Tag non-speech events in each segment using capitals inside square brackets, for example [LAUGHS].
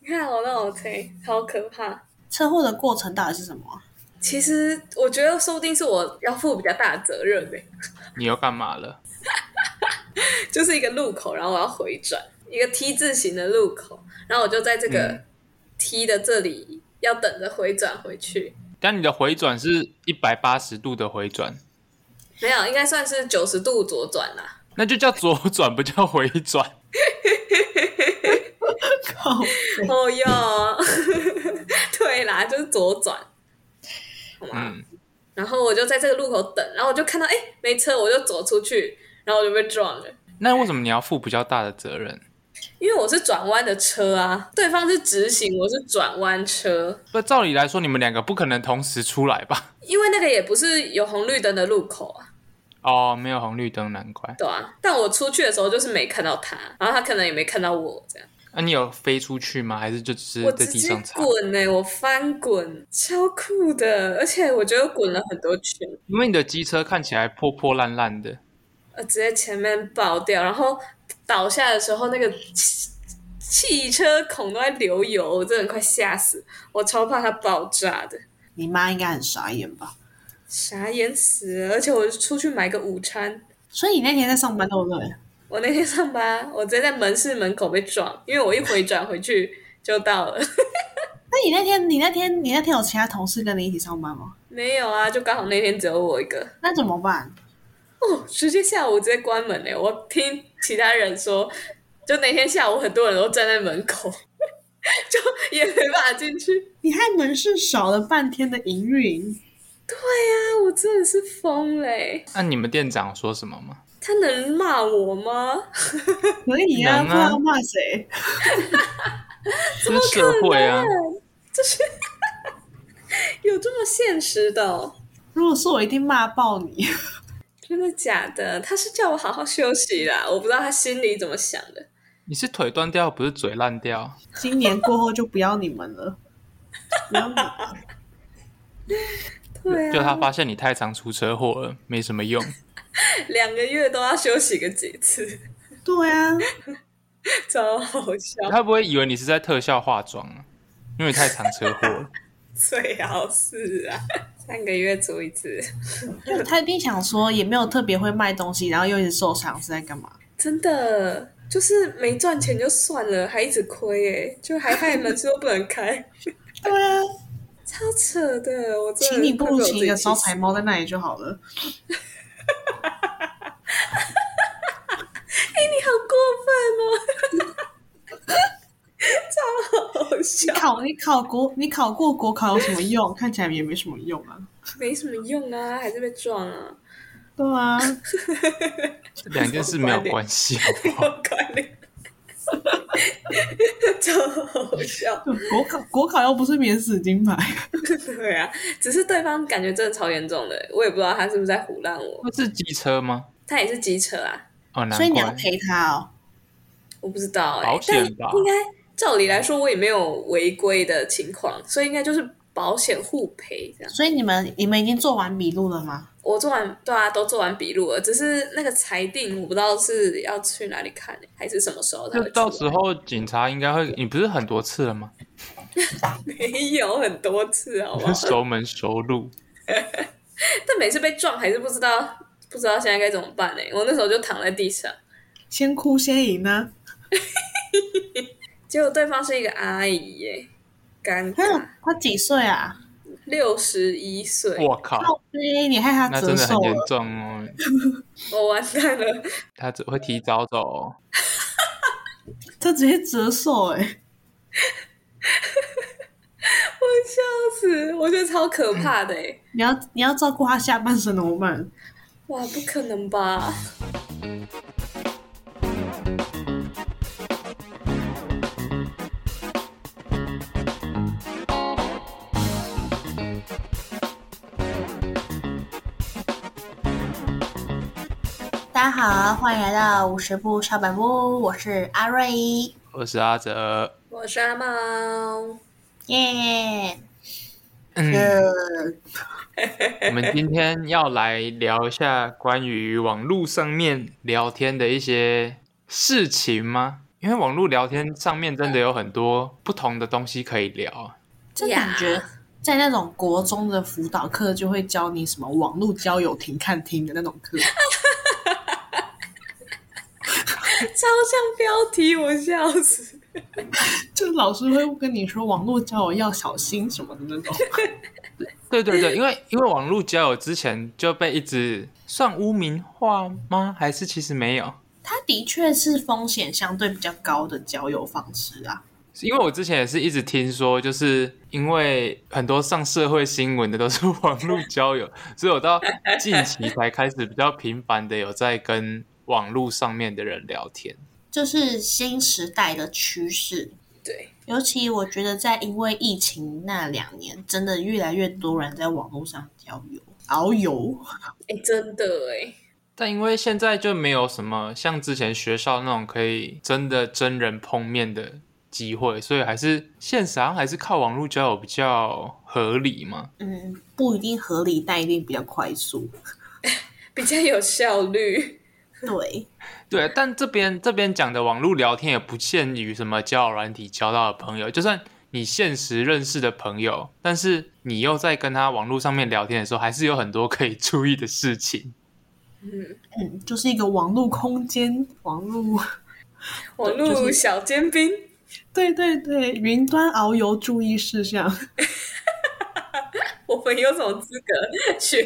你看我那我推，好可怕。车祸的过程到底是什 [LAUGHS] 么啊？其实我觉得说不定是我要负比较大的责任呢、欸你又干嘛了？就是一个路口，然后我要回转，一个 T 字形的路口，然后我就在这个嗯 T 的这里要等着回转回去。但你的回转是一百八十度的回转，没有，应该算是九十度左转啦。那就叫左转，不叫回转。靠北！哦哟， [LAUGHS] 对啦，就是左转，好吗？嗯，然后我就在这个路口等，然后我就看到哎没车，我就走出去，然后我就被撞了。那为什么你要负比较大的责任？因为我是转弯的车啊，对方是直行，我是转弯车。不，照理来说，你们两个不可能同时出来吧？因为那个也不是有红绿灯的路口啊，哦，没有红绿灯，难怪。对啊。但我出去的时候就是没看到他，然后他可能也没看到我，这样那、啊你有飞出去吗？还是就只我是在直地接上擦？滚呢、我翻滚，超酷的。而且我觉得滚了很多圈，因为你的机车看起来破破烂烂的，呃，直接前面爆掉，然后倒下的时候那个汽汽车孔都在流油，我真的快吓死，我超怕它爆炸的。你妈应该很傻眼吧？傻眼死了！而且我出去买个午餐，所以你那天在上班对不对？我那天上班，我直接在门市门口被撞，因为我一回转回去就到了。 [LAUGHS] 那你那天你那天你那天有其他同事跟你一起上班吗？没有啊，就刚好那天只有我一个。那怎么办？哦，直接下午直接关门嘞、欸我听其他人说，就那天下午很多人都站在门口， [LAUGHS] 就也没办法进去。你害门市少了半天的营运，啊，我真的是疯嘞、那、你们店长有说什么吗？他能骂我吗？可以啊，能啊不然要骂谁？这是社会啊，有这么现实的哦、如果是我，一定骂爆你。真的假的？他是叫我好好休息啦，我不知道他心里怎么想的。你是腿断掉，不是嘴烂掉。今年过后就不要你们了，不要你们对就他啊，发现你太常出车祸了，没什么用。两个月都要休息个几次，对啊， [LAUGHS] 超好笑，他不会以为你是在特效化妆啊，因为你太常车祸了。最好是啊， [LAUGHS] 三个月租一次，他一定想说也没有特别会卖东西，然后又一直受伤是在干嘛？真的就是没赚钱就算了，还一直亏哎、就还害门市都不能开， [LAUGHS] 对啊，超扯的，我真的请你不如请一个烧快柴猫在那里就好了。被我自己气死，你好过分哦， [LAUGHS] 超好你笑，考你考国你考过国考有什么用？看起来也没什么用啊。没什么用啊，还是被撞啊， [LAUGHS] 对啊，这两件事没有关系，好不好好快点。 [LAUGHS] 超好笑，国考国考又不是免死金牌，对啊，只是对方感觉真的超严重的，我也不知道他是不是在胡乱我。那是机车吗？他也是机车啊，哦，难所以你要怪。陪他哦。我不知道哎、保但险吧应该照理来说我也没有违规的情况，所以应该就是保险互赔这样。所以你们你们已经做完笔录了吗？我做完对啊，都做完笔录了，只是那个裁定我不知道是要去哪里看、欸，还是什么时候才就会到出时候警察应该会，你不是很多次了吗？ [LAUGHS] 没有啊很多次好 [LAUGHS] 不好？熟门熟路，但每次被撞还是不知道不知道现在该怎么办呢、欸我那时候就躺在地上，先哭先赢啊呢、结果对方是一个阿姨耶、尴啊？ [LAUGHS] 他有尬， [LAUGHS] 他几岁啊？六十一岁。我靠，靠背，你害他那折真的很寿严了。重哦。我完蛋了，他只会提早走哦、他直接折寿哎、我笑死，我觉得超可怕的哎、你要你要照顾他下半生怎么办？哇，不可能吧？大家好，欢迎来到五十步小本屋，我是阿瑞，耶、我是阿哲，我是阿猫，嗯，呃，我们今天要来聊一下关于网络上面聊天的一些事情吗？因为网络聊天上面真的有很多不同的东西可以聊啊。这感觉在那种国中的辅导课就会教你什么网络交友停看听的那种课， [LAUGHS] 超像标题，我笑死。就老师会跟你说网络交友要小心什么的那种。对对对，因为因为网络交友之前就被一直算污名化吗？还是其实没有？ [LAUGHS] 它的确是风险相对比较高的交友方式啊。因为我之前也是一直听说，就是因为很多上社会新闻的都是 [LAUGHS] 网络交友，所以我到近期才开始比较频繁的有在跟网络上面的人聊天。就是新时代的趋势。对，尤其我觉得，在因为疫情那两年，真的越来越多人在网络上交友、遨游。哎、真的哎，但因为现在就没有什么像之前学校那种可以真的真人碰面的机会，所以还是现实好像还是靠网络交友比较合理嘛。嗯，不一定合理，但一定比较快速。比较有效率。对，对，但这边这边讲的网络聊天也不限于什么交友软体交到的朋友，就算你现实认识的朋友，但是你又在跟他网络上面聊天的时候，还是有很多可以 [LAUGHS] 注意的事情。嗯， [LAUGHS] 嗯，就是一个网络空间，网络，网络小尖兵，对对对，云端遨游注意事项。我们有什么资格 [LAUGHS] 学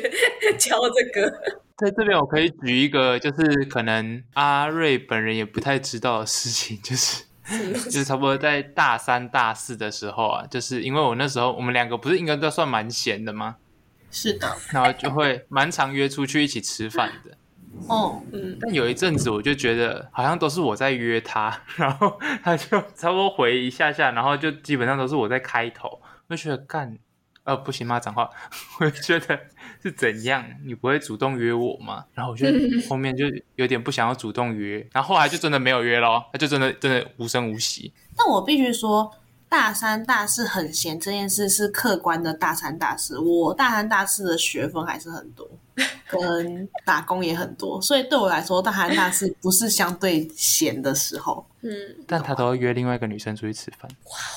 教这个？在这边，我可以举一个，就是可能阿瑞本人也不太知道的事情，就是 [LAUGHS] 就是差不多在大三、大四的时候啊，就是因为我那时候我们两个不是应该都算蛮闲的吗？ [LAUGHS] 是的，然后就会蛮常约出去一起吃饭的。哦，嗯，但有一阵子我就觉得好像都是我在约他，然后 [LAUGHS] 他就差不多回一下下，然后就基本上都是我在开头，我就觉得干，呃，不行吗？讲话， [LAUGHS] 我就觉得是怎样？你不会主动约我吗？然后我就后面就有点不想要主动约，然后后来就真的没有约咯，他就真的真的无声无息。但我必须说，大三、大四很闲这件事是客观的。大三、大四，我大三、大四的学分还是很 [LAUGHS] 多，跟打工也很多，所以对我来说，大三、大四不是相对闲的时候。嗯，但他都要约另外一个女生出去吃饭，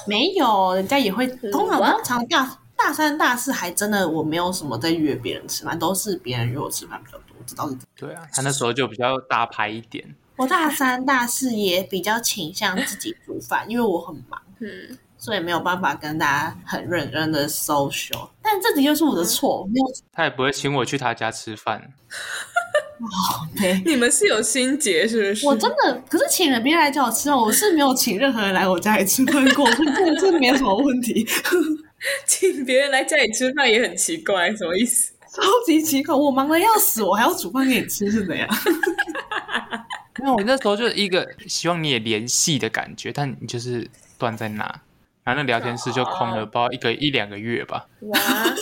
没有，人家也会通常哇通常大大三、大四还真的我没有什么在约别人吃饭，都是别人约我吃饭比较多，这倒是真的。对啊，他那时候就比较大牌一点。我大三、大四也比较倾向自己煮饭，因为我很忙。嗯，所以没有办法跟大家很认真的 social。但这的确是我的错，没有他也不会请我去他家吃饭，没，你们是有心结是不是？我真的可是请了别人来叫我吃饭，我是没有请任何人来我家里吃饭过， [LAUGHS] 所以这这没有什么问题， [LAUGHS] 请别人来家里吃饭也很奇怪，什么意思？超级奇怪，我忙的要死，我还要煮饭给你吃是怎样？ [LAUGHS] 没有，我那时候就是一个希望你也联系的感觉，但你就是断在那，然后那聊天室就空了，不知道一个一两个月吧。哇， [LAUGHS]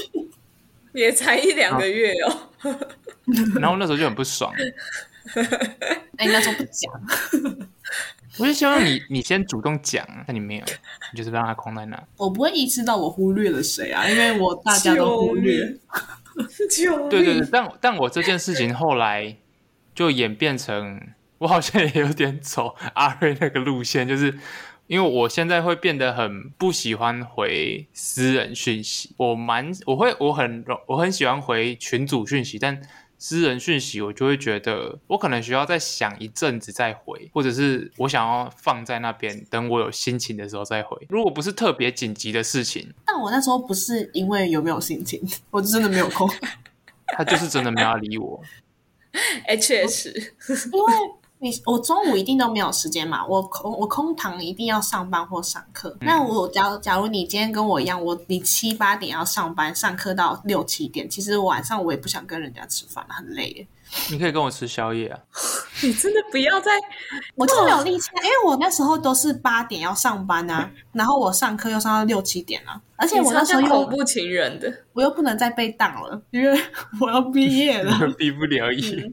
也才一两个月哦，然后那时候就很不爽，哎，那时候不讲，我就希望你你先主动讲，但你没有，你就是让它空在那。我不会意识到我忽略了谁啊，因为我大家都忽略。救命！对 [LAUGHS] 对对，但但我这件事情后来就演变成，我好像也有点走阿瑞那个路线，就是因为我现在会变得很不喜欢回私人讯息，我蛮我会我很容我很喜欢回群组讯息，但。私人讯息，我就会觉得我可能需要再想一阵子再回，或者是我想要放在那边，等我有心情的时候再回。如果不是特别紧急的事情，但我那时候不是因为有没有心情，我真的没有空，他就是真的没有要理我。哎，确实，因为你我中午一定都没有时间嘛，我空我空堂一定要上班或上课。嗯那我假假如你今天跟我一样，我你七八点要上班，上课到六七点，其实晚上我也不想跟人家吃饭，很累耶。你可以跟我吃宵夜啊。你真的不要再我就是没有力气啊，因为我那时候都是八点要上班啊，然后我上课又上到六七点啊，而且我那时候你超像恐又怖情人的，我又不能 [LAUGHS] 嗯 [LAUGHS] 再被挡了，因为我要毕业了。毕不了业。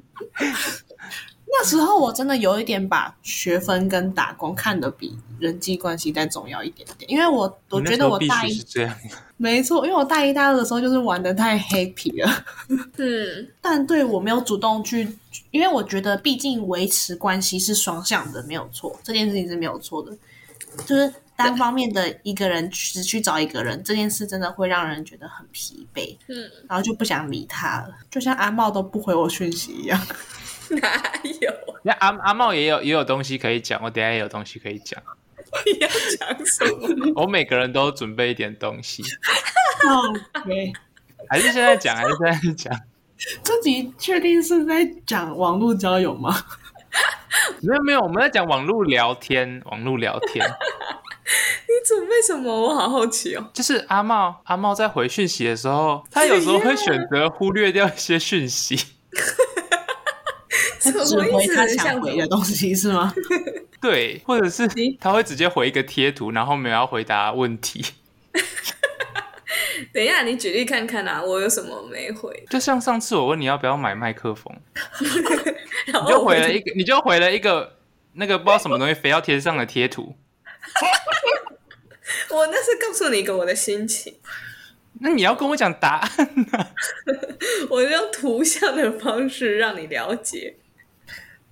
那时候我真的有一点把学分跟打工看得比人际关系再重要一点点，因为我我觉得我那时候大必须一是这样， [LAUGHS] 没错，因为我大一大二的时候就是玩的太 happy 了，嗯，但对我没有主动去，因为我觉得毕竟维持关系是双向的，没有错，这件事情是没有错的，就是单方面的一个人只去找一个人，这件事真的会让人觉得很疲惫，嗯，然后就不想理他了，就像阿茂都不回我讯息一样。哪有？那阿阿茂也有也有东西可以讲，我等一下也有东西可以讲。你要讲什么？ [LAUGHS] 我每个人都准备一点东西， [LAUGHS] [LAUGHS] 对，还是现在讲，还是现在讲？ [LAUGHS] 这集确定是在讲网络交友吗？ [LAUGHS] 没有没有，我们在讲网络聊天， [LAUGHS] 网络聊天你准备什么？我好好奇哦。就是阿茂阿茂在回讯息的时候，他有时候会选择忽略掉一些讯息。 [LAUGHS] 什他只么意回思？他像想回的东西是 [LAUGHS] 吗？对，或者是你他会直接回一个贴图，然后没有要回答问题， [LAUGHS] 等一下，你举例看看啊，我有什么没回？就像上次我问你要不要买麦克风，然你就后哦我回了一个，你就回了一个那个不知道什么东西非要贴上的贴图，我那是告诉你一个我的心情，那你要跟我讲答案啊？我用图像的方式让你了解。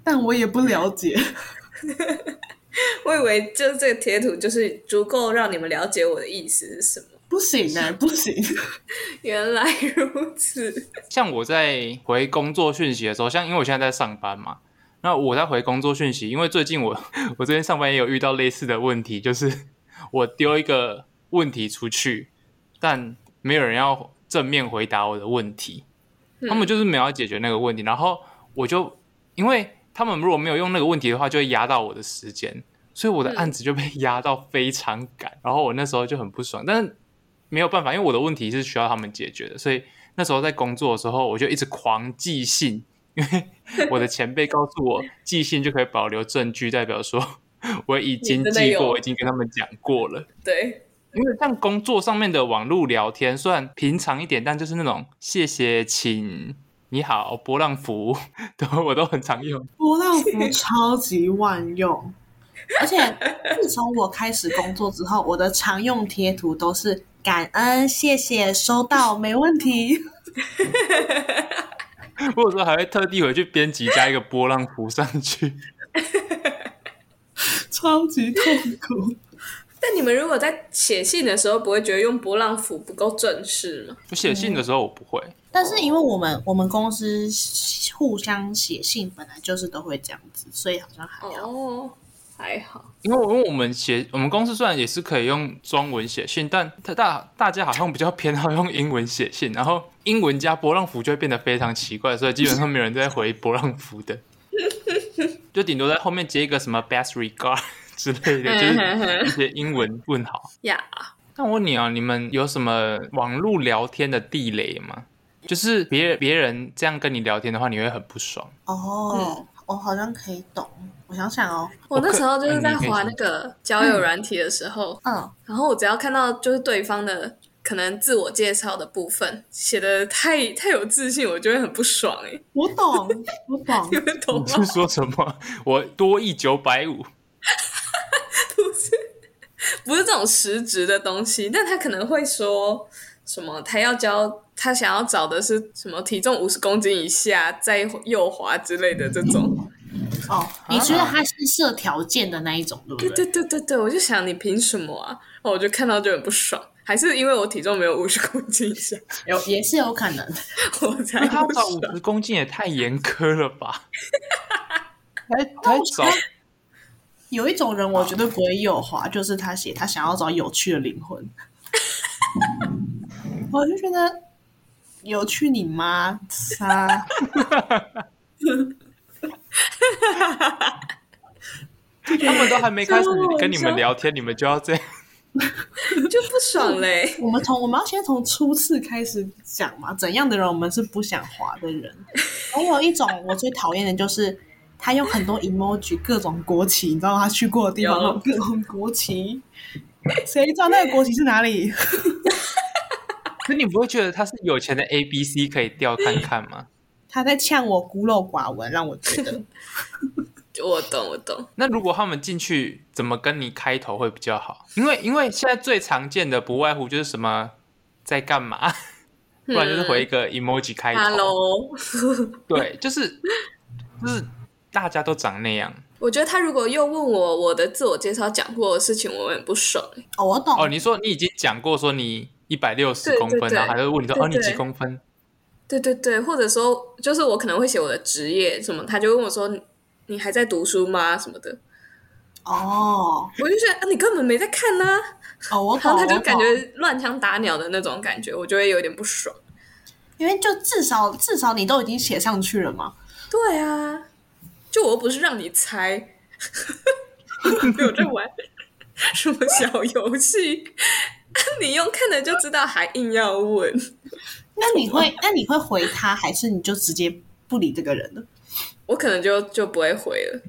但我也不了解。我以为就这个贴图就是足够让你们了解我的意思是什么。不行 [LAUGHS] 哎、不行！原来如此，像我在回工作讯息的时候，像因为我现在在上班嘛，那我在回工作讯息，因为最近我 [LAUGHS] 我最近上班也有遇到类似的问题，就是 [LAUGHS] 我丢一个问题出去，但没有人要正面回答我的问题，嗯他们就是没有要解决那个问题，然后我就因为他们如果没有用那个问题的话，就会压到我的时间，所以我的嗯案子就被 [LAUGHS] 压到非常赶，然后我那时候就很不爽，但是没有办法，因为我的问题是需要他们解决的，所以那时候在工作的时候，我就一直狂寄信， [LAUGHS] 因为我的前辈告诉我，寄信就可以保留证据，代表说我已经 [LAUGHS] 你真的寄过，有我已经跟他们讲过了。对，因为像工作上面的网络聊天，虽然平常一点，但就是那种谢谢、请、你好、波浪符，都我都很常用。波浪符超级万用，而且自从我开始工作之后，我的常用贴图都是感恩、谢谢、收到，没问题。 [LAUGHS] 或者说还会特地回去编辑加一个波浪符上去。 [LAUGHS] 超级痛苦，但你们如果在写信的时候，不会觉得用波浪符不够正式吗？我写信的时候我不会，但是因为我们我们公司互相写信本来就是都会这样子，所以好像还好。哦，还好，因为因为我们写我们公司虽然也是可以用中文写信，但大大大家好像比较偏好用英文写信，然后英文加波浪符就会变得非常奇怪，所以基本上没有人在回波浪符的，就顶多在后面接一个什么 best regard [LAUGHS] 之类的，就是一些英文问好。呀、那我问你啊，你们有什么网络聊天的地雷吗？就是别别人这样跟你聊天的话，你会很不爽。哦，我好像可以懂。我想想哦，我那可时候就是嗯在你可以滑说那个交友软体的时候，嗯，然后我只要看到就是对方的可能自我介绍的部分写的太太有自信，我就会很不爽哎、我懂，我 [LAUGHS] 懂你。们懂哦你吗是？说什么？我多一九百五。不是这种实质的东西，但他可能会说什么，他要教他想要找的是什么体重五十公斤以下再右滑之类的这种。哦，你觉得他是设条件的那一种，对对不对对？对对对，我就想你凭什么啊？然后我就看到就很不爽，还是因为我体重没有五十公斤以下，有也是有可 [LAUGHS] 能。我才因为他不找爽五。十公斤也太严苛了 [LAUGHS] 吧？才才找有一种人我绝对不会右滑，就是他写他想要找有趣的灵 [LAUGHS] 魂，我就觉得有趣你 [LAUGHS] 妈啥？他们都还没开始这么晚跟你们上聊天，你们就要 [LAUGHS] 这样。就不爽嘞、我们从我们要先从初次开始讲嘛，怎样的人我们是不想滑的 [LAUGHS] 人。还有一种我最讨厌的就是他用很多 emoji 各种国旗，你知道他去过的地方有有各种国旗，谁知道那个国旗是哪里？可你不会觉得他是有钱的 A B C 可以调看看吗？他在呛我孤陋寡闻，让我 [LAUGHS] 觉得我懂，我懂。那如果他们进去，怎么跟你开头会比较好？因为因为现在最常见的不外乎就是什么在干嘛，不然就是回一个 emoji 开头。嗯 Hello，对， [LAUGHS] 就是就是大家都长那样。我觉得他如果又问我我的自我介绍讲过的事情，我会很不爽。欸哦，我懂，哦，你说你已经讲过说你一百六十对公分，对然后还会问你说对哦你几对公分？对对对，或者说就是我可能会写我的职业什么，他就问我说你你还在读书吗什么的，哦，我就觉得、啊、你根本没在看呐、哦，我然懂，后他我就懂感觉乱枪打鸟的那种感觉，我就会有点不爽。因为就至少至少你都已经写上去 [LAUGHS] 了嘛，对啊，就我又不是让你猜， [LAUGHS] 有在玩什么小游戏， [LAUGHS] 你用看的就知道，还硬要问。那你会那你会回他，还是你就直接不理这个人了？我可能就就不会回了，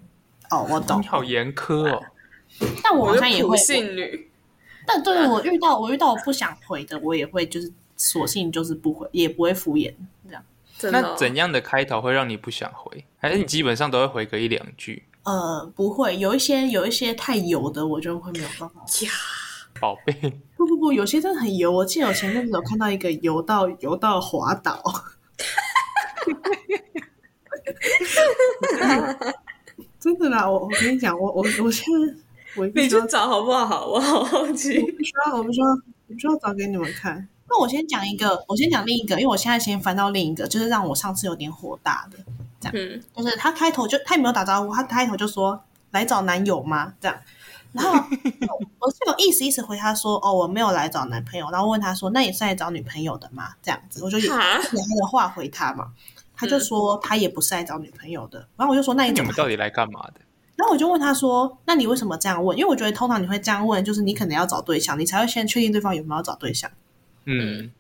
哦，我懂你，好严苛哦。但我我好就像也普会，信女。但对我遇到我遇到我不想回的，我也会就是索性就是不回，也不会敷衍这样。真的、那哦，怎样的开头会让你不想回？还是你基本上都会回个一两句？呃，不会，有一些有一些太油的，我就会没有办法。呀宝贝，不不不，有些真的很油。我记得我前阵子有看到一个油到油到滑倒，真的啦！我我跟你讲，我我我现在我必你须去要找好不好？我好好奇。我必须要我必须要我必须要找给你们看。那我先讲一个，我先讲另一个，因为我现在先翻到另一个，就是让我上次有点火大的。 [LAUGHS] 嗯，就是他开头就他也没有打招呼，他开头就说来找男友吗？这样，然后我是有意思意思回他说哦我没有来找男朋友，然后问他说那你是来找女朋友的吗？这样子，我就也哈顺着他的话回他嘛，他就说他也不是来找女朋友的，然后我就说那你你怎么们？到底来干嘛的？然后我就问他说那你为什么这样问？因为我觉得通常你会这样问，就是你可能要找对象，你才会先确定对方有没有找对象。嗯，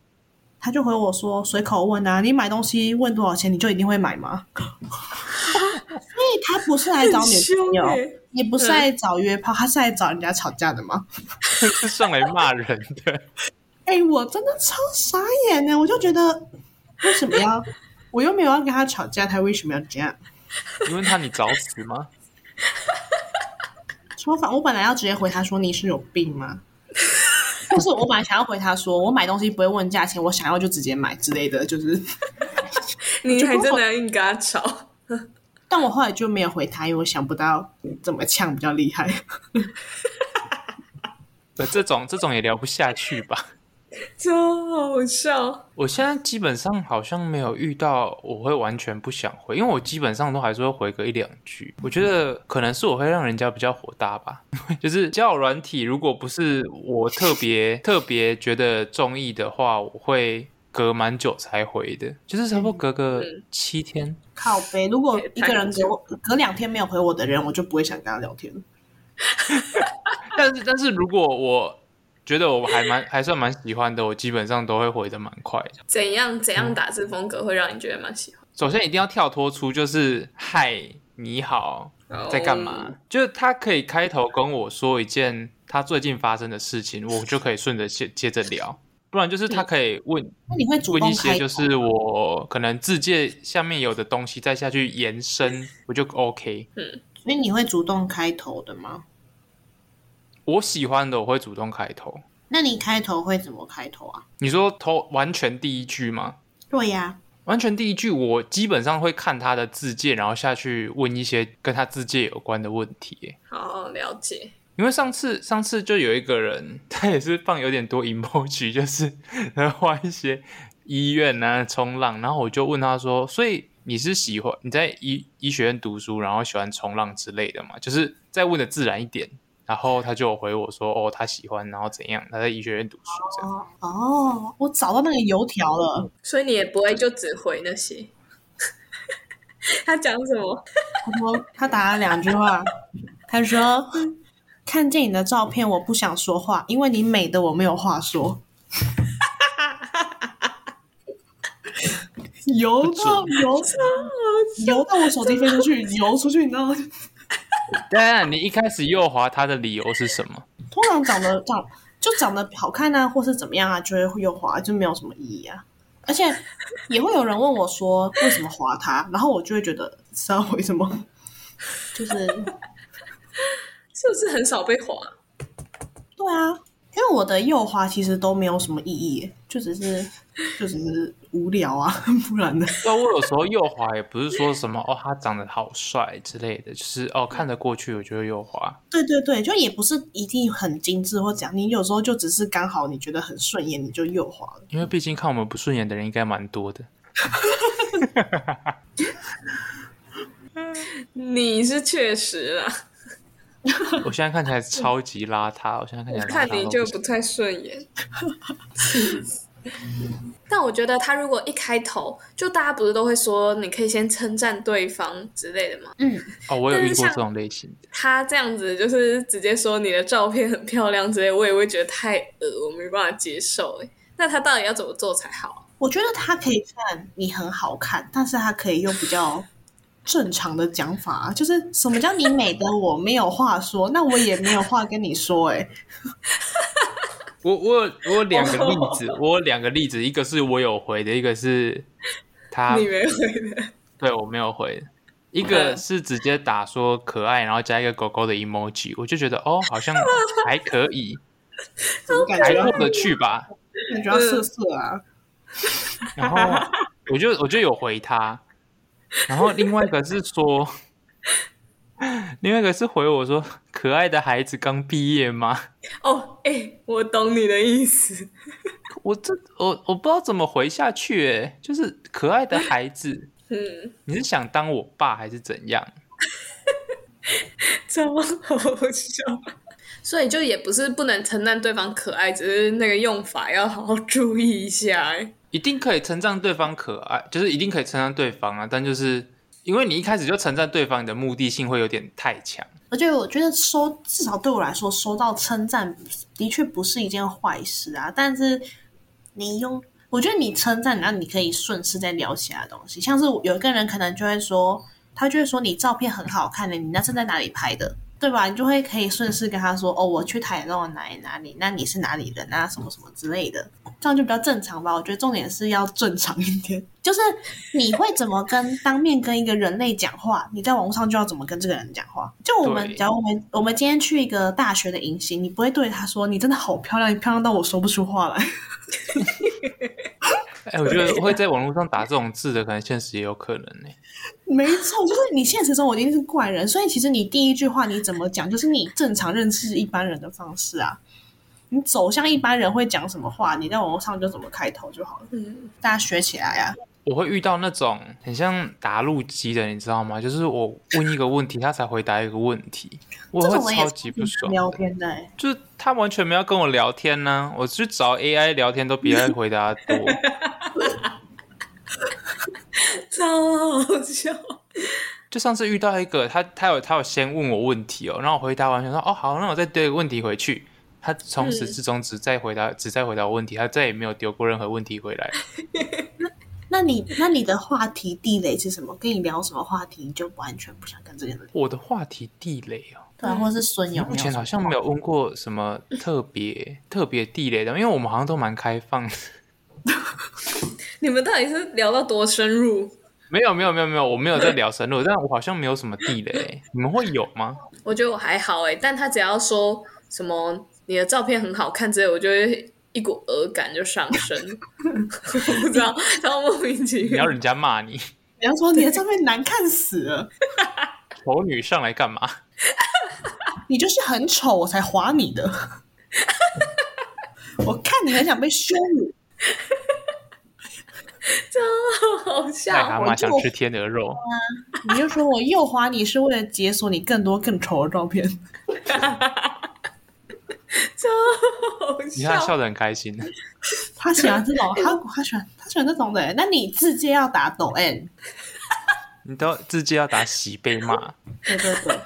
他就回我说随口问啊，你买东西问多少钱，你就一定会买 [LAUGHS] 吗？所以他不是来找很女凶朋友，欸也不是来找约炮，他是来找人家吵架的吗？是上来骂人的。 [LAUGHS] 哎、我真的超傻眼欸呢，我就觉得为什么要， [LAUGHS] 我又没有要跟他吵架，他为什么要这样？你问他你找死吗？说法我本来要直接回他说你是有病吗？或是我本来想要回他说我买东西不会问价钱，我想要就直接买之类的，就是，你还真的要硬跟他吵？但我后来就没有回他，因为我想不到怎么呛比较厉害。对，这种这种也聊不下去吧。超好笑。我现在基本上好像没有遇到我会完全不想回，因为我基本上都还是会回个一两句。我觉得可能是我会让人家比较火大吧， [LAUGHS] 就是交友软体，如果不是我特别特别觉得中意的话，我会隔蛮久才回的，就是差不多隔个嗯七天。靠背，如果一个人太隔我隔两天没有回我的人，我就不会想跟他聊天。但是但是如果我觉得我还蛮还算蛮喜欢的，我基本上都会回的蛮快的。怎样怎样打字风格会让你觉得蛮喜欢？首先一定要跳脱出就是嗨你好哦在干嘛就是他可以开头跟我说一件他最近发生的事情，我就可以顺着接接着聊。不然就是他可以问那你会主问一动些，开就口？是我可能自介下面有的东西再下去延伸，我就 OK。所以你会主动开头的吗？我喜欢的我会主动开头。那你开头会怎么开头啊？你说头完全第一句吗？对呀、完全第一句，我基本上会看他的字界，然后下去问一些跟他字界有关的问题。欸哦好了解，因为上次上次就有一个人， [LAUGHS] 他也是放有点多 emoji，就是然后画一些医院啊、冲浪，然后我就问他说：“所以你是喜欢你在医医学院读书，然后喜欢冲浪之类的嘛？”就是再问的自然一点。然后他就有回我说：“哦，他喜欢，然后怎样？他在医学院读书这样。哦哦，我找到那个油条了，所以你也不会就只回那些。 [LAUGHS] 他讲什么？他说他打了两句话，他说看见你的照片，我不想说话，因为你美的我没有话 [LAUGHS] 说。 [LAUGHS] 游到游游到我手机飞出去，游出去，你知道吗？”当然，你一开始右滑他的理由是什么？通常长得长就长得好看啊，或是怎么样啊，就会右滑，就没有什么意义啊。而且也会有人问我说为什么划它，然后我就会觉得知道为什么，就是是不是很少被划？对啊，因为我的右滑其实都没有什么意义耶，就只是就只是无聊啊，不然呢？那我有时候右滑也不是说什么哦，他长得好帅之类的，就是哦看得过去，我就会右滑。对对对，就也不是一定很精致或怎样，你有时候就只是刚好你觉得很顺眼，你就右滑了。因为毕竟看我们不顺眼的人应该蛮多的。你是确实啦，我现在看起 [LAUGHS] 来超级邋遢，我现在看起我来邋遢看到你不就行不太顺眼。气死 [LAUGHS] 但我觉得他如果一开头就大家不是都会说你可以先称赞对方之类的吗？嗯，哦，我有遇但是过像这种类型的，他这样子就是直接说你的照片很漂亮之类，我也会觉得太恶，我没办法接受。哎，那他到底要怎么做才好？我觉得他可以看你很好看，但是他可以用比较正常的讲法，啊就是什么叫你美的我没有话说，那我也没有话跟你说、欸，哎，我我有我有两个例 [LAUGHS] 子，我有两个例子，一个是我有回的，一个是他你没嗯回的，对我没有回，一个是直接打说可爱，然后加一个狗狗的 emoji，我就觉得哦，好像还可 [LAUGHS] 以，怎么感还觉过得去吧。感觉要色色啊？然后我就我就有回他，然后另外一个是说， [LAUGHS] 另外一个是回我说可爱的孩子刚毕业吗？哦，哎、我懂你的意思。我这我我不知道怎么回下去、欸，就是可爱的孩子，嗯，你是想当我爸还是怎样？超好笑。所以就也不是不能称赞对方可爱，只是那个用法要好好注意一下。哎一定可以称赞对方可爱，就是一定可以称赞对方啊，但就是因为你一开始就称赞对方，你的目的性会有点太强。而且我觉得收，至少对我来说，收到称赞的确不是一件坏事啊。但是你用，我觉得你称赞，然后你可以顺势再聊其他东西。像是有一个人可能就会说，他就会说你照片很好看欸的，你那是在哪里拍的，对吧？你就会可以顺势跟他说，哦，我去台东的哪里哪里，那你是哪里人啊，什么什么之类的，这样就比较正常吧。我觉得重点是要正常一点， [LAUGHS] 就是你会怎么跟当面跟一个人类讲话，你在网络上就要怎么跟这个人讲话。就我们对，假如我们我们今天去一个大学的迎新，你不会对他说你真的好漂亮，你漂亮到我说不出话来。哎、我觉得会在网络上打这种字的，可能现实也有可能欸呢、没错，就是你现实中我一定是怪人，所以其实你第一句话你怎么讲，就是你正常认识一般人的方式啊。你走向一般人会讲什么话，你在网络上就怎么开头就好了，嗯，大家学起来啊。我会遇到那种很像打路机的，你知道吗？就是我问一个问题，他才回答一个问题，我这会种人也超是级挺不爽聊的。天的、欸，就是他完全没有跟我聊天呢、我去找 AI 聊天都比 AI 回答多。 [LAUGHS] 超好笑。就上次遇到一个，他他有他有先问我问题哦，然后我回答完全说哦好，那我再丢一个问题回去。他从嗯始至终只在回答、只在回答我问题，他再也没有丢过任何问题回来。那你那你的话题地雷是什么？跟你聊什么话题，你就完全不想跟这个人聊。我的话题地雷哦，对、啊，或是孙有目没有前什么？好像没有问过什么特别 [LAUGHS] 特别地雷的，因为我们好像都蛮开放的。 [LAUGHS] 你们到底是聊到多深入？没有没有没有没有，我没有在聊深入，但我好像没有什么地雷，你们会有吗？我觉得我还好哎、但他只要说什么你的照片很好看之类，我就会一股恶感就上升， [LAUGHS] 我不知 [LAUGHS] 道，然后莫名其你要妙。人家骂你，你要说你的照片难看死了，丑女上来干嘛？你就是很丑我才划你的。 [LAUGHS] 我看你很想被羞辱，好癞笑，蛤我蟆就想吃天鹅肉，你就说我右滑你是为了解锁你更多更丑的照片。超好你看他笑。笑得很开心。他喜欢这种，他他喜欢他喜欢这种的欸。那你直接要打抖 N，你都直接要打洗被骂，对对对。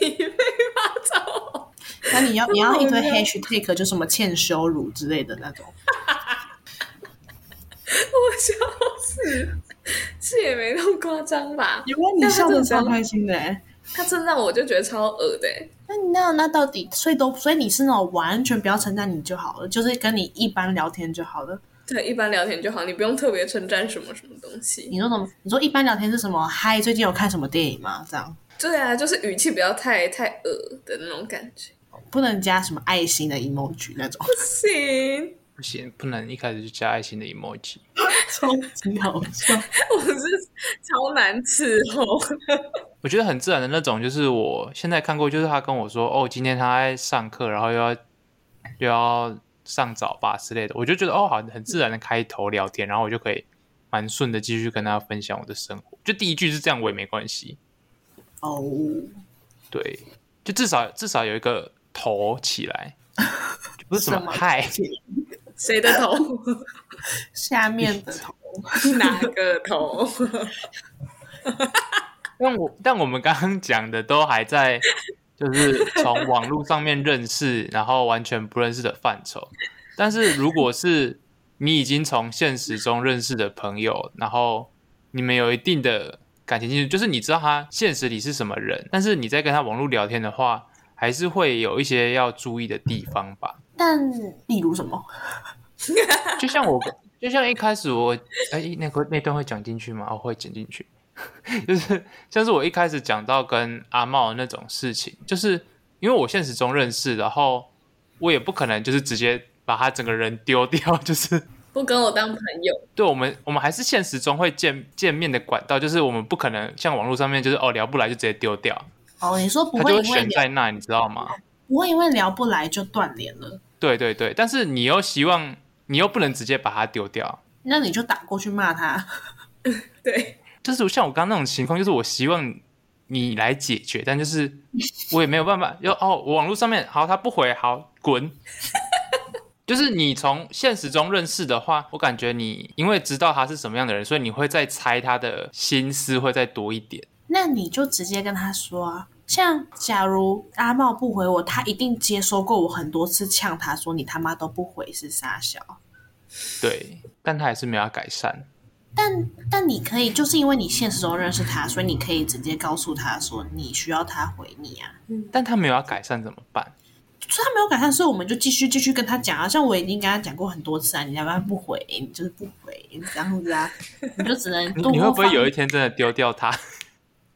你被骂超那 [LAUGHS] 你要你要一堆好笑 hashtag 就什么欠羞辱之类的那种。我笑死， [LAUGHS] 是也没那么夸张吧？有啊，你但他笑的真的超开心的、欸。他称赞我就觉得超恶的、欸，那你那那到底，所以都所以你是那种完全不要称赞你就好了，就是跟你一般聊天就好了。对，一般聊天就好，你不用特别称赞什么什么东西。你说什么？你说一般聊天是什么？嗨，最近有看什么电影吗？这样对啊，就是语气不要太太恶的那种感觉。不能加什么爱心的 emoji 那种，不行， [LAUGHS] 不行，不能一开始就加爱心的 emoji。 [LAUGHS] 超级好笑。我是超难伺候。我觉得很自然的那种，就是我现在看过，就是他跟我说，哦，今天他在上课，然后又要又要上早八之类的，我就觉得哦，好，很自然的开头聊天，然后我就可以蛮顺的继续跟他分享我的生活。就第一句是这样，我也没关系。 [LAUGHS] 哦，对，就至少至少有一个头起来，就不是什什么么嗨， [LAUGHS] 谁的头？下面的头哪个 [LAUGHS] 头？ [LAUGHS] 但我但我们刚刚讲的都还在，就是从网络上面认识，然后完全不认识的范畴。但是如果是你已经从现实中认识的朋友，然后你们有一定的感情基础，就是你知道他现实里是什么人，但是你在跟他网络聊天的话，还是会有一些要注意的地方吧。但例如什么？就像我， [LAUGHS] 就像一开始我，哎、那个那段会讲进去吗？我、哦会剪进去。 [LAUGHS] 就是像是我一开始讲到跟阿茂那种事情，就是因为我现实中认识，然后我也不可能就是直接把他整个人丢掉， [LAUGHS] 就是不跟我当朋友，对我们我们还是现实中会见见面的管道，就是我们不可能像网络上面就是哦聊不来就直接丢掉，哦，你说不他会就会因为悬聊在那，你知道吗？不会因为聊不来就断联了，对对对，但是你又希望你又不能直接把他丢掉，那你就打过去骂他。 [LAUGHS] 对，就是像我刚刚那种情况，就是我希望你来解决，但就是我也没有办法。要哦，我网络上面好，他不回，好滚。就是你从现实中认识的话，我感觉你因为知道他是什么样的人，所以你会再猜他的心思会再多一点。那你就直接跟他说啊。像假如阿茂不回我，他一定接收过我很多次呛他说你他妈都不回是傻小。对，但他还是没有要改善。但但你可以就是因为你现实中认识他，所以你可以直接告诉他说你需要他回你啊。但他没有要改善怎么办？所以他没有改善，所以我们就继续继续跟他讲啊。像我已经跟他讲过很多次啊，你要不然不回，你就是不回，你这样子啊，你就只能你多你会不会放有一天真的丢掉他？ [LAUGHS]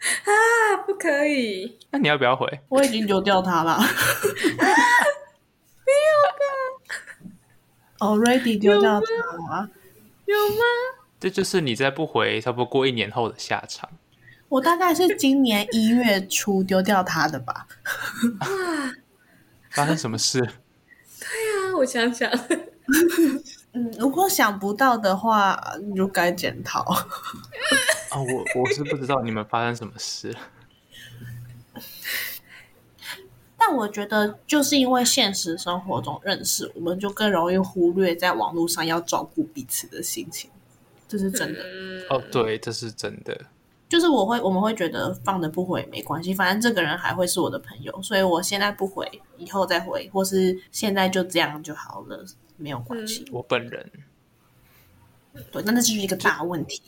啊，不可以，那你要不要回？我已经丢掉他了。没有 [LAUGHS] 吧？Already 丢掉他了。啊有吗？这就是你再不回，差不多过一年后的下场。我大概是今年一月初丢掉他的吧。发生什么 [LAUGHS] 事？啊，我想想，嗯，如果想不到的话，你就该检讨。啊、我我是不知道你们发生什么事了。但我觉得，就是因为现实生活中认识，我们就更容易忽略在网络上要照顾彼此的心情，这是真的。嗯，哦，对，这是真的。就是我会，我们会觉得放着不回也没关系，反正这个人还会是我的朋友，所以我现在不回，以后再回，或是现在就这样就好了，没有关系。我本人，嗯对，但那就是一个大问题。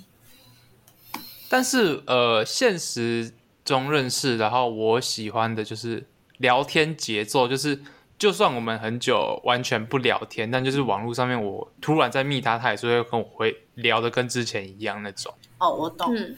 但是呃，现实中认识，然后我喜欢的就是聊天节奏，就是就算我们很久完全不聊天，但就是网络上面我突然在密他，他也是会跟我会聊的跟之前一样那种。哦，我懂。嗯，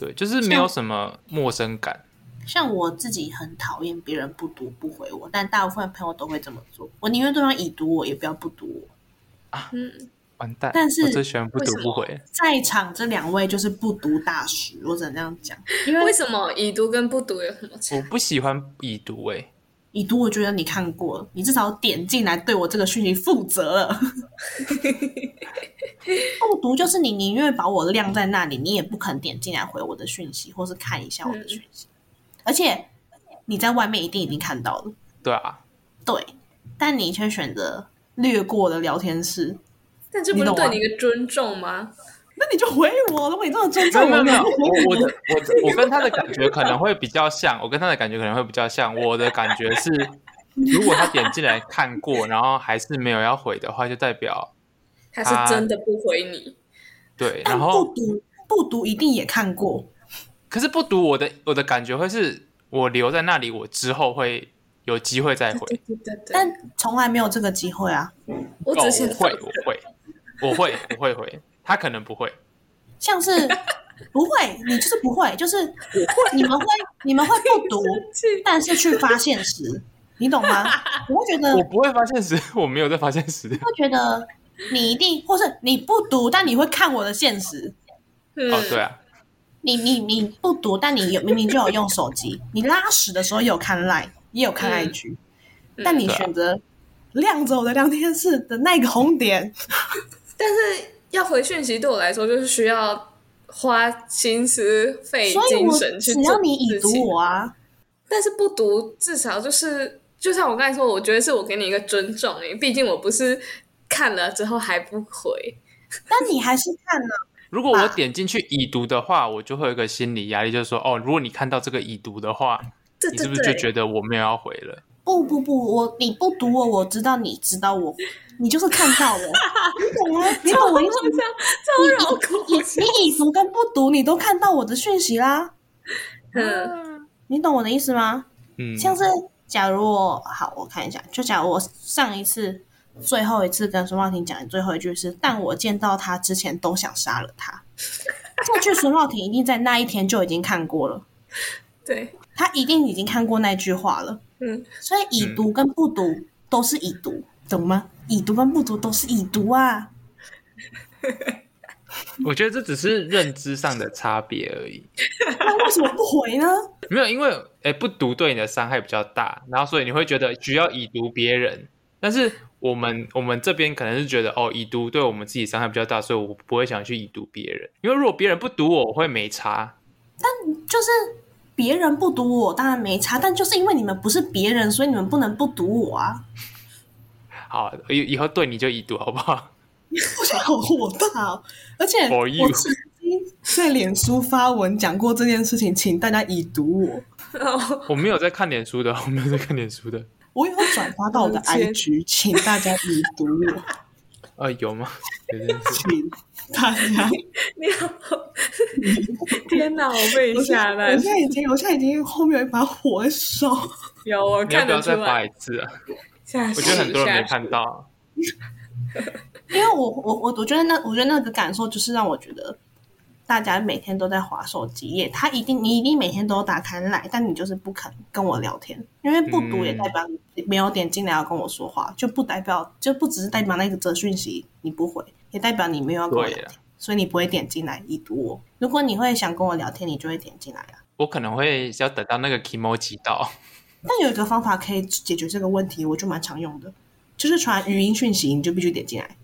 对，就是没有什么陌生感。像我自己很讨厌别人不读不回我，但大部分朋友都会这么做。我宁愿对方已读我，也不要不读我。嗯，完蛋，但是我最喜欢不为读什不么回。在场这两位就是不读大师，我只能这样讲。因为为什么已读跟不读有什么差？我不喜欢已读欸诶、已读，我觉得你看过了，你至少点进来对我这个讯息负责了。不读就是你宁愿把我晾在那里，你也不肯点进来回我的讯息，或是看一下我的讯息。而且你在外面一定已经看到了，对啊，对，但你却选择略过了聊天室，但这不是你懂对啊你一个尊重吗？那你就回我，如果你这么尊 [LAUGHS] 没有重我，没有没有，你就我我的我的我跟他的感觉可能会比较像，我跟他的感觉可能会比较像。我的感觉是，如果他点进来看过，然后还是没有要回的话，就代表他是真的不回你，对。但然不 [LAUGHS] 后读不读一定也看过，可是不读我的，我的感觉会是我留在那里，我之后会有 [LAUGHS] 机会再回。对对对对，但从来没有这个机会啊。我哦，只想我会我会，我会，我会回，他可能不 [LAUGHS] 会。像 [LAUGHS] 是不会，你就是不会，就是你们会你们会不读，但是去发现时，你懂吗？我会觉得我不会发现时，我没有在发现时。 [LAUGHS] 会觉得你一定，或是你不读，但你会看我的现实。嗯哦，对啊，你你你不读，但你有明明就有用手机，你拉屎的时候也有看 Line，也有看嗯 IG，、嗯但你对啊选择亮着我的聊天室的那个红点，但是要回讯息对我来说，就是需要花心思费所以哎精我神去只做要你已事读情 [LAUGHS] 我啊，但是不读，至少就是就像我刚才说，我觉得是我给你一个尊重诶、毕竟我不是看了之后还不回。但你还是看啊了、如果我点进去已读的话，我就会有一个心理压力，就是说，哦，如果你看到这个已读的话，对你对是不是对，就觉得我没有要回了？不不不，我你不读我，我知道你知道我，你就是看到我，你懂吗？你懂我意思好吗？像超绕口。你已读跟不读，你都看到我的讯息啦，嗯你懂我的意思吗？嗯，像是假如我好，我看一下，就假如我上一次最后一次跟孙茂婷讲的最后一句是，但我见到他之前都想杀了他。这句孙茂婷一定在那一天就已经看过了，对，他一定已经看过那句话了。嗯，所以已读跟不读都是已读，懂吗？已读跟不读都是已读啊。我觉得这只是认知上的差别而已，那为什么不回呢？没有，因为哎不读对你的伤害比较大，然后所以你会觉得需要已读别人，但是我们我们这边可能是觉得哦已读对我们自己伤害比较大，所以我不会想去已读别人，因为如果别人不读我，我会没差。就是别人不读我，当然没差，但就是因为你们不是别人，所以你们不能不读我啊。好，以以后对你就已读好不好？ [LAUGHS] 不想好火大、哦，而且 For 我 you 曾经在脸书发文讲过这件事情，请大家已读我。哦，我没有在看脸书的，我没有在看脸书的。我有转发到我的抱歉 IG，请大家已读我，呃，有 [LAUGHS] 吗？有这件事请大家。你 [LAUGHS] 好，天哪，我被你我现吓在我烂现。在已经，我现在已经后面有一把火在烧。有，我你要看不要得出再发来。一次啊？吓死我觉得很多人没吓死看到。因为我我我我觉得那我觉得那个感受就是让我觉得，大家每天都在划手机，也他一定你一定每天都有打开来，但你就是不肯跟我聊天，因为不读也代表你没有点进来要跟我说话，就不代表就不只是代表那个则讯息你不回，也代表你没有要跟我聊对天啊，所以你不会点进来已读我。如果你会想跟我聊天，你就会点进来啊。我可能会要等到那个 emoji 到。但有一个方法可以解决这个问题，我就蛮常用的，就是传语音讯息，你就必须点进来。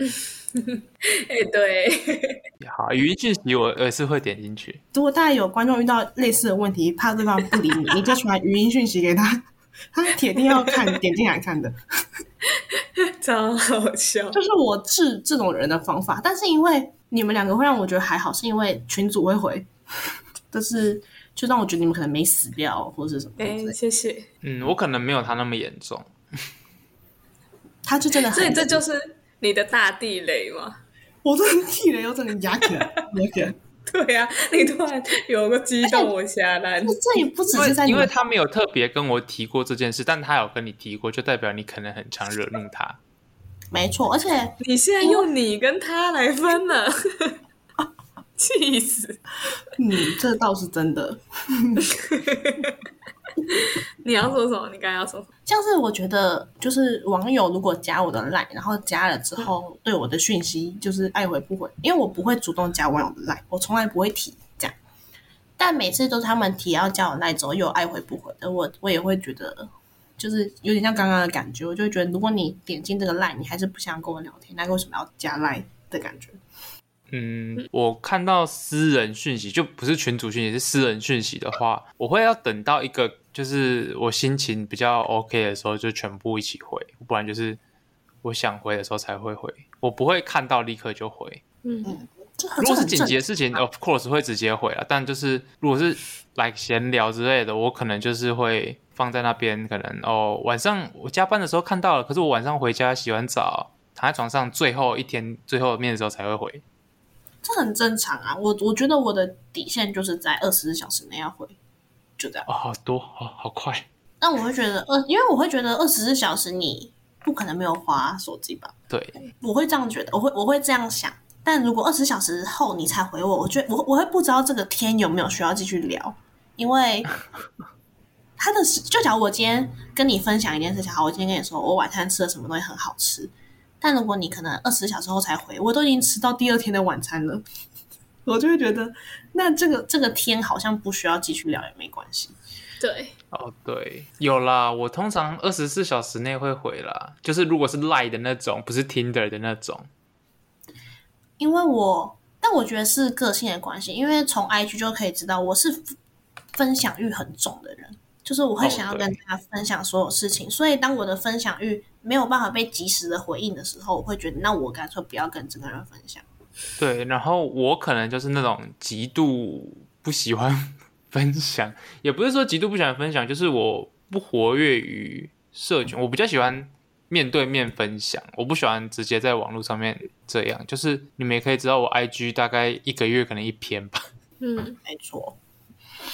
哎、对， [LAUGHS] 好，语音讯息我我也是会点进去。如果大家有观众遇到类似的问题，怕对方不理 [LAUGHS] 你，你就传语音讯息给他，他铁定要看，点进来看的。超好笑。就是我治这种人的方法，但是因为你们两个会让我觉得还好，是因为群主会回，就是就让我觉得你们可能没死掉或者是什么之哎、类的。谢 [LAUGHS] 谢。嗯，我可能没有他那么严重。他就真的很，所以这就是你的大地雷嘛？我真的气人，又真的牙起来，牙起来。 [LAUGHS] 对呀、啊，你突然有个激动，我吓烂这。 [LAUGHS] 这也不只因是在为你因为们，他没有特别跟我提过这件事，但他有跟你提过，就代表你可能很常惹怒他。没错，而且你现在用你跟他来分了， [LAUGHS] 气死！嗯，这倒是真的。你要说什么？你刚才要说什么？像是我觉得，就是网友如果加我的 line，然后加了之嗯后对我的讯息就是爱回不回，因为我不会主动加网友的 line，我从来不会提这样。但每次都是他们提要加我 line 之后又爱回不回的，我我也会觉得就是有点像刚刚的感觉，我就会觉得如果你点进这个 line，你还是不想跟我聊天，那为什么要加 line 的感觉？嗯，我看到私人讯息，就不是群主讯息，是私人讯息的话，我会要等到一个就是我心情比较 OK 的时候，就全部一起回，不然就是我想回的时候才会回，我不会看到立刻就回。嗯，啊这很这如果是很紧正急的事情，of course 会直接回啊，但就是如果是 like 闲聊之类的，我可能就是会放在那边，可能哦晚上我加班的时候看到了，可是我晚上回家洗完澡，躺在床上最后一天最后面的时候才会回。这很正常啊。我我觉得我的底线就是在二十四小时内要回，就这样。哦，好多，好好快。但我会觉得二，因为我会觉得二十四小时你不可能没有滑手机吧？对，我会这样觉得，我会我会这样想。但如果二十小时后你才回我，我觉得我我会不知道这个天有没有需要继续聊，因为他的时就假如我今天跟你分享一件事情，好，我今天跟你说我晚餐吃了什么东西很好吃，但如果你可能二十小时后才回，我都已经吃到第二天的晚餐了， [LAUGHS] 我就会觉得那这个这个天好像不需要继续聊也没关系。对，哦，对，有啦。我通常二十四小时内会回啦，就是如果是赖的那种，不是 Tinder 的那种。因为我，但我觉得是个性的关系，因为从 IG 就可以知道我是分享欲很重的人，就是我会哦想要对跟大家分享所有事情，所以当我的分享欲没有办法被及时的回应的时候，我会觉得那我干脆不要跟这个人分享。对，然后我可能就是那种极度不喜欢 [LAUGHS] 分享，也不是说极度不喜欢分享，就是我不活跃于社群，我比较喜欢面对面分享，我不喜欢直接在网络上面这样。就是你们也可以知道，我 IG 大概一个月可能一篇吧， [LAUGHS] 嗯，没错，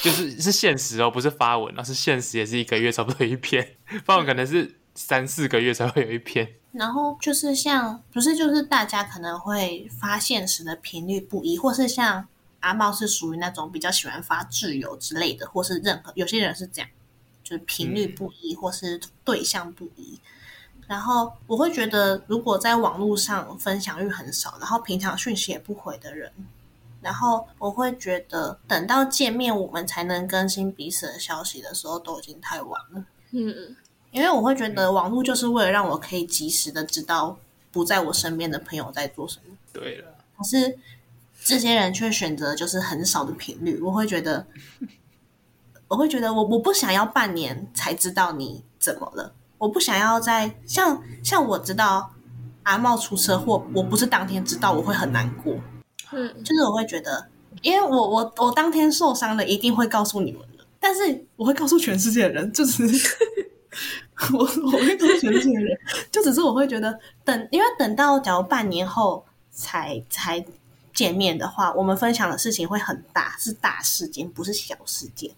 就是是现实哦，不是发文哦，是现实也是一个月差不多一篇，发文可能是三四个月才会有一篇。然后就是像不是就是大家可能会发现实的频率不一，或是像阿茂是属于那种比较喜欢发挚友之类的，或是任何有些人是这样，就是频率不一、或是对象不一。然后我会觉得，如果在网络上分享欲很少，然后平常讯息也不回的人，然后我会觉得等到见面我们才能更新彼此的消息的时候，都已经太晚了。嗯，因为我会觉得网络就是为了让我可以及时的知道不在我身边的朋友在做什么，对了，可是这些人却选择就是很少的频率，我会觉得，我会觉得我我不想要半年才知道你怎么了，我不想要在像像我知道阿茂出车祸，我不是当天知道，我会很难过，嗯，就是我会觉得，因为我我我当天受伤了，一定会告诉你们的，但是我会告诉全世界的人，就只是我我会告诉全世界的人，就只是我会觉得等，因为等到假如半年后才才见面的话，我们分享的事情会很大，是大事件，不是小事件，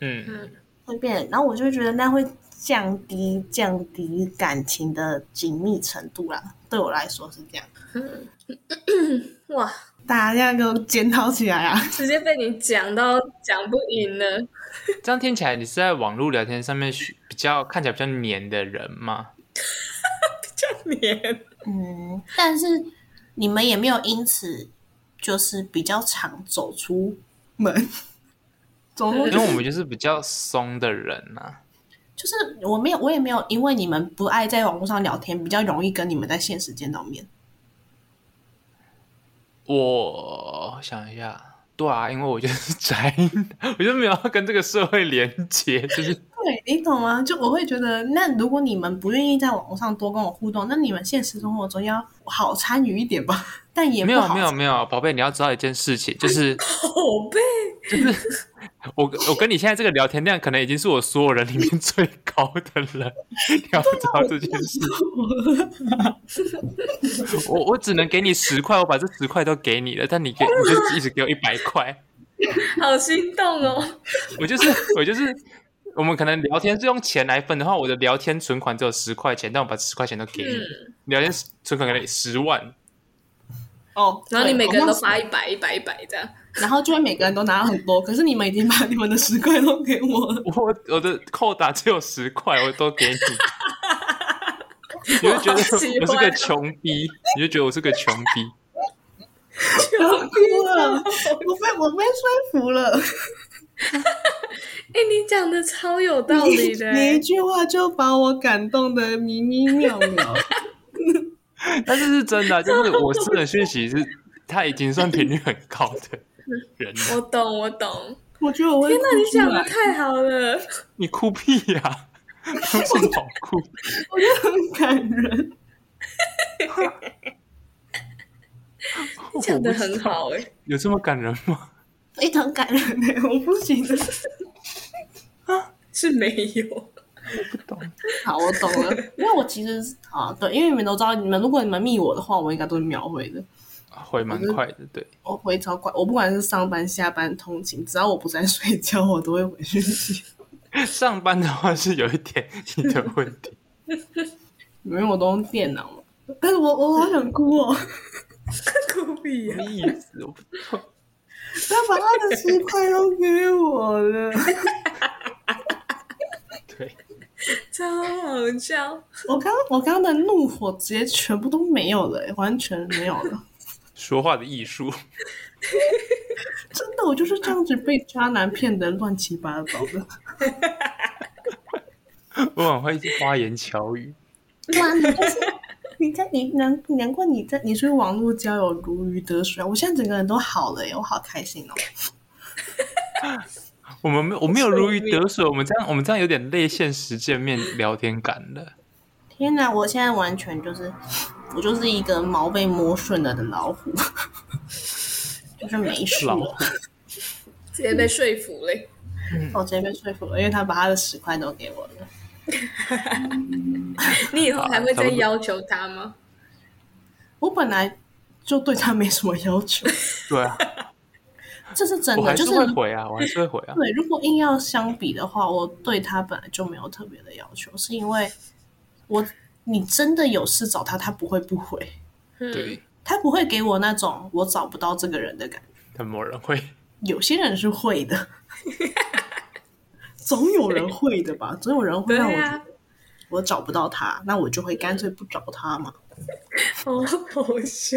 嗯，会变，然后我就会觉得那会降低降低感情的紧密程度啦，对我来说是这样，嗯 [COUGHS] 哇，大家要给我检讨起来啊！直接被你讲到讲不赢了。这样听起来你是在网络聊天上面学比较看起来比较黏的人吗？年，嗯，但是你们也没有因此就是比较常走出门，走路 [LAUGHS] 因为我们就是比较松的人啊呐、就是我没有，我也没有，因为你们不爱在网络上聊天，比较容易跟你们在现实见到面。我想一下，对啊，因为我就是宅男，我就没有要跟这个社会连接，就是对你懂吗？就我会觉得，那如果你们不愿意在网络上多跟我互动，那你们现实生活中要好参与一点吧。但也不没有好没有没有，宝贝，你要知道一件事情，就是宝贝，我我跟你现在这个聊天量，可能已经是我所有人里面最高的了， [LAUGHS] 你要知道这件事。 [LAUGHS] 我我只能给你十块，我把这十块都给你了，但你给你就一直给我一百块。好心动哦！ [LAUGHS] 我就是我就是，我们可能聊天是用钱来分的话，我的聊天存款只有十块钱，但我把十块钱都给你，嗯聊天存款给你十万，哦，然后你每个人都对发一百、一百、一百这样，然后就会每个人都拿到很多，可是你们已经把你们的十块都给我了。我我的扣打只有十块，我都给你。你就觉得好喜我是欢个哦穷逼，你就觉得我是个穷逼。 [LAUGHS] 我哭了，我被我被说服了。哎、你讲的超有道理的、你一句话就把我感动的迷迷妙 [LAUGHS] 妙。但是是真的啊、就是我私人讯息是，他已经算频率很高的人了。我懂，我懂。我觉得呃我会天哪，你哭出讲的来，太好了！你哭屁啊呀、 [LAUGHS] 有什么好哭？我觉得很感人。你讲的很好哎、有这么感人吗？非常感人哎、我不行了。是没有。 [LAUGHS] 不懂。好，我懂了，因为我其实是啊，对，因为你们都知道，你们如果你们密我的话，我应该都会秒回的。回蛮快的，对。我回超快，我不管是上班、下班、通勤，只要我不在睡觉，我都会回讯息。上班的话是有一点你的问题，因为我都用电脑嘛。但是我我好想哭哦， [LAUGHS] 酷毙 [LAUGHS] 什啊！么意思？我不知道。他把他的七块都给我了，对，超好笑。我刚我刚刚的怒火直接全部都没有了、欸完全没有了。说话的艺术， [LAUGHS] 真的，我就是这样子被渣男骗的乱七八糟的。我很会花言巧语。 [LAUGHS] 哇，你就是 [LAUGHS] 你在你难难怪你在你对网络交友如鱼得水啊！我现在整个人都好了耶，我好开心哦。我们没有，我没有如鱼得水。我们这样，我们这样有点类现实见面聊天感了。天哪，我现在完全就是我就是一个毛被摸顺了的老虎， [LAUGHS] 就是没事老虎嗯了。直接被说服嘞。我直接被说服了，因为他把他的十块都给我了。你以后还会差再不多要求他吗？我本来就对他没什么要求，对啊，这是真我的。还就是是会回啊，我还是会回啊。对，如果硬要相比的话，我对他本来就没有特别的要求，是因为我你真的有事找他，他不会不回，嗯，对，他不会给我那种我找不到这个人的感觉。但某人会，有些人是会的，总有人会的吧？总有人会对让我觉啊得，我找不到他，那我就会干脆不找 [LAUGHS] 他嘛。好好笑。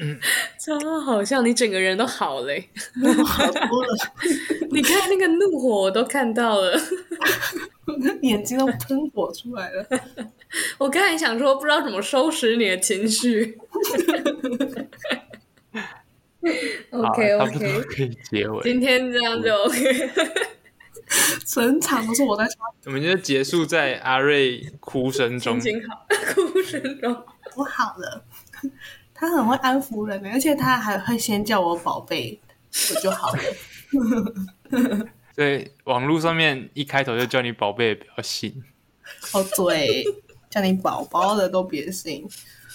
嗯超好笑，你整个人都好嘞！好多了，嗯你看那个怒火，我都看到了。 [LAUGHS] 眼睛都喷火出来了。我刚才想说，不知道怎么收拾你的情 [LAUGHS] 绪。 [LAUGHS] 好啊 OK 差不多 OK，可以结尾。今天这样就 OK。整场都是我在说，我们就结束在阿瑞哭声中心。情好，哭声中。我好了。 [LAUGHS] 他很会安抚人，欸而且他还会先叫我宝贝，我就 [LAUGHS] 好了。对，网络上面一开头就叫你宝贝，不要信。哦，对，叫你宝宝的都别信。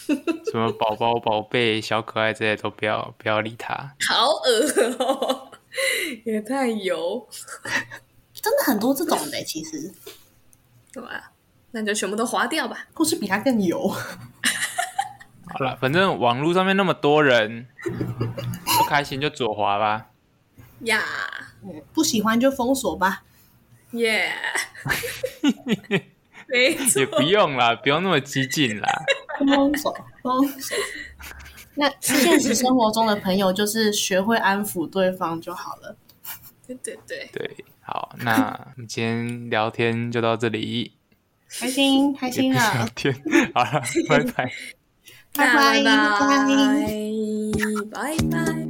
什么宝宝、宝贝、小可爱之类都不要不要理他。好恶哦， [LAUGHS] 也太油，真的很多这种的、欸其实，对吧？那就全部都划掉吧。或是比他更油。好了，反正网络上面那么多人，不开心就左滑吧。呀嗯不喜欢就封锁吧。耶，没错也，不用啦，不用那么激进啦。封锁，封锁。 [LAUGHS] 那现实生活中的朋友，就是学会安抚对方就好了。对对对，对，好，那我们今天聊天就到这里，开心，开也心啊不是 [LAUGHS] 聊了，天，好了，拜拜。拜拜，那拜拜。拜拜，拜拜。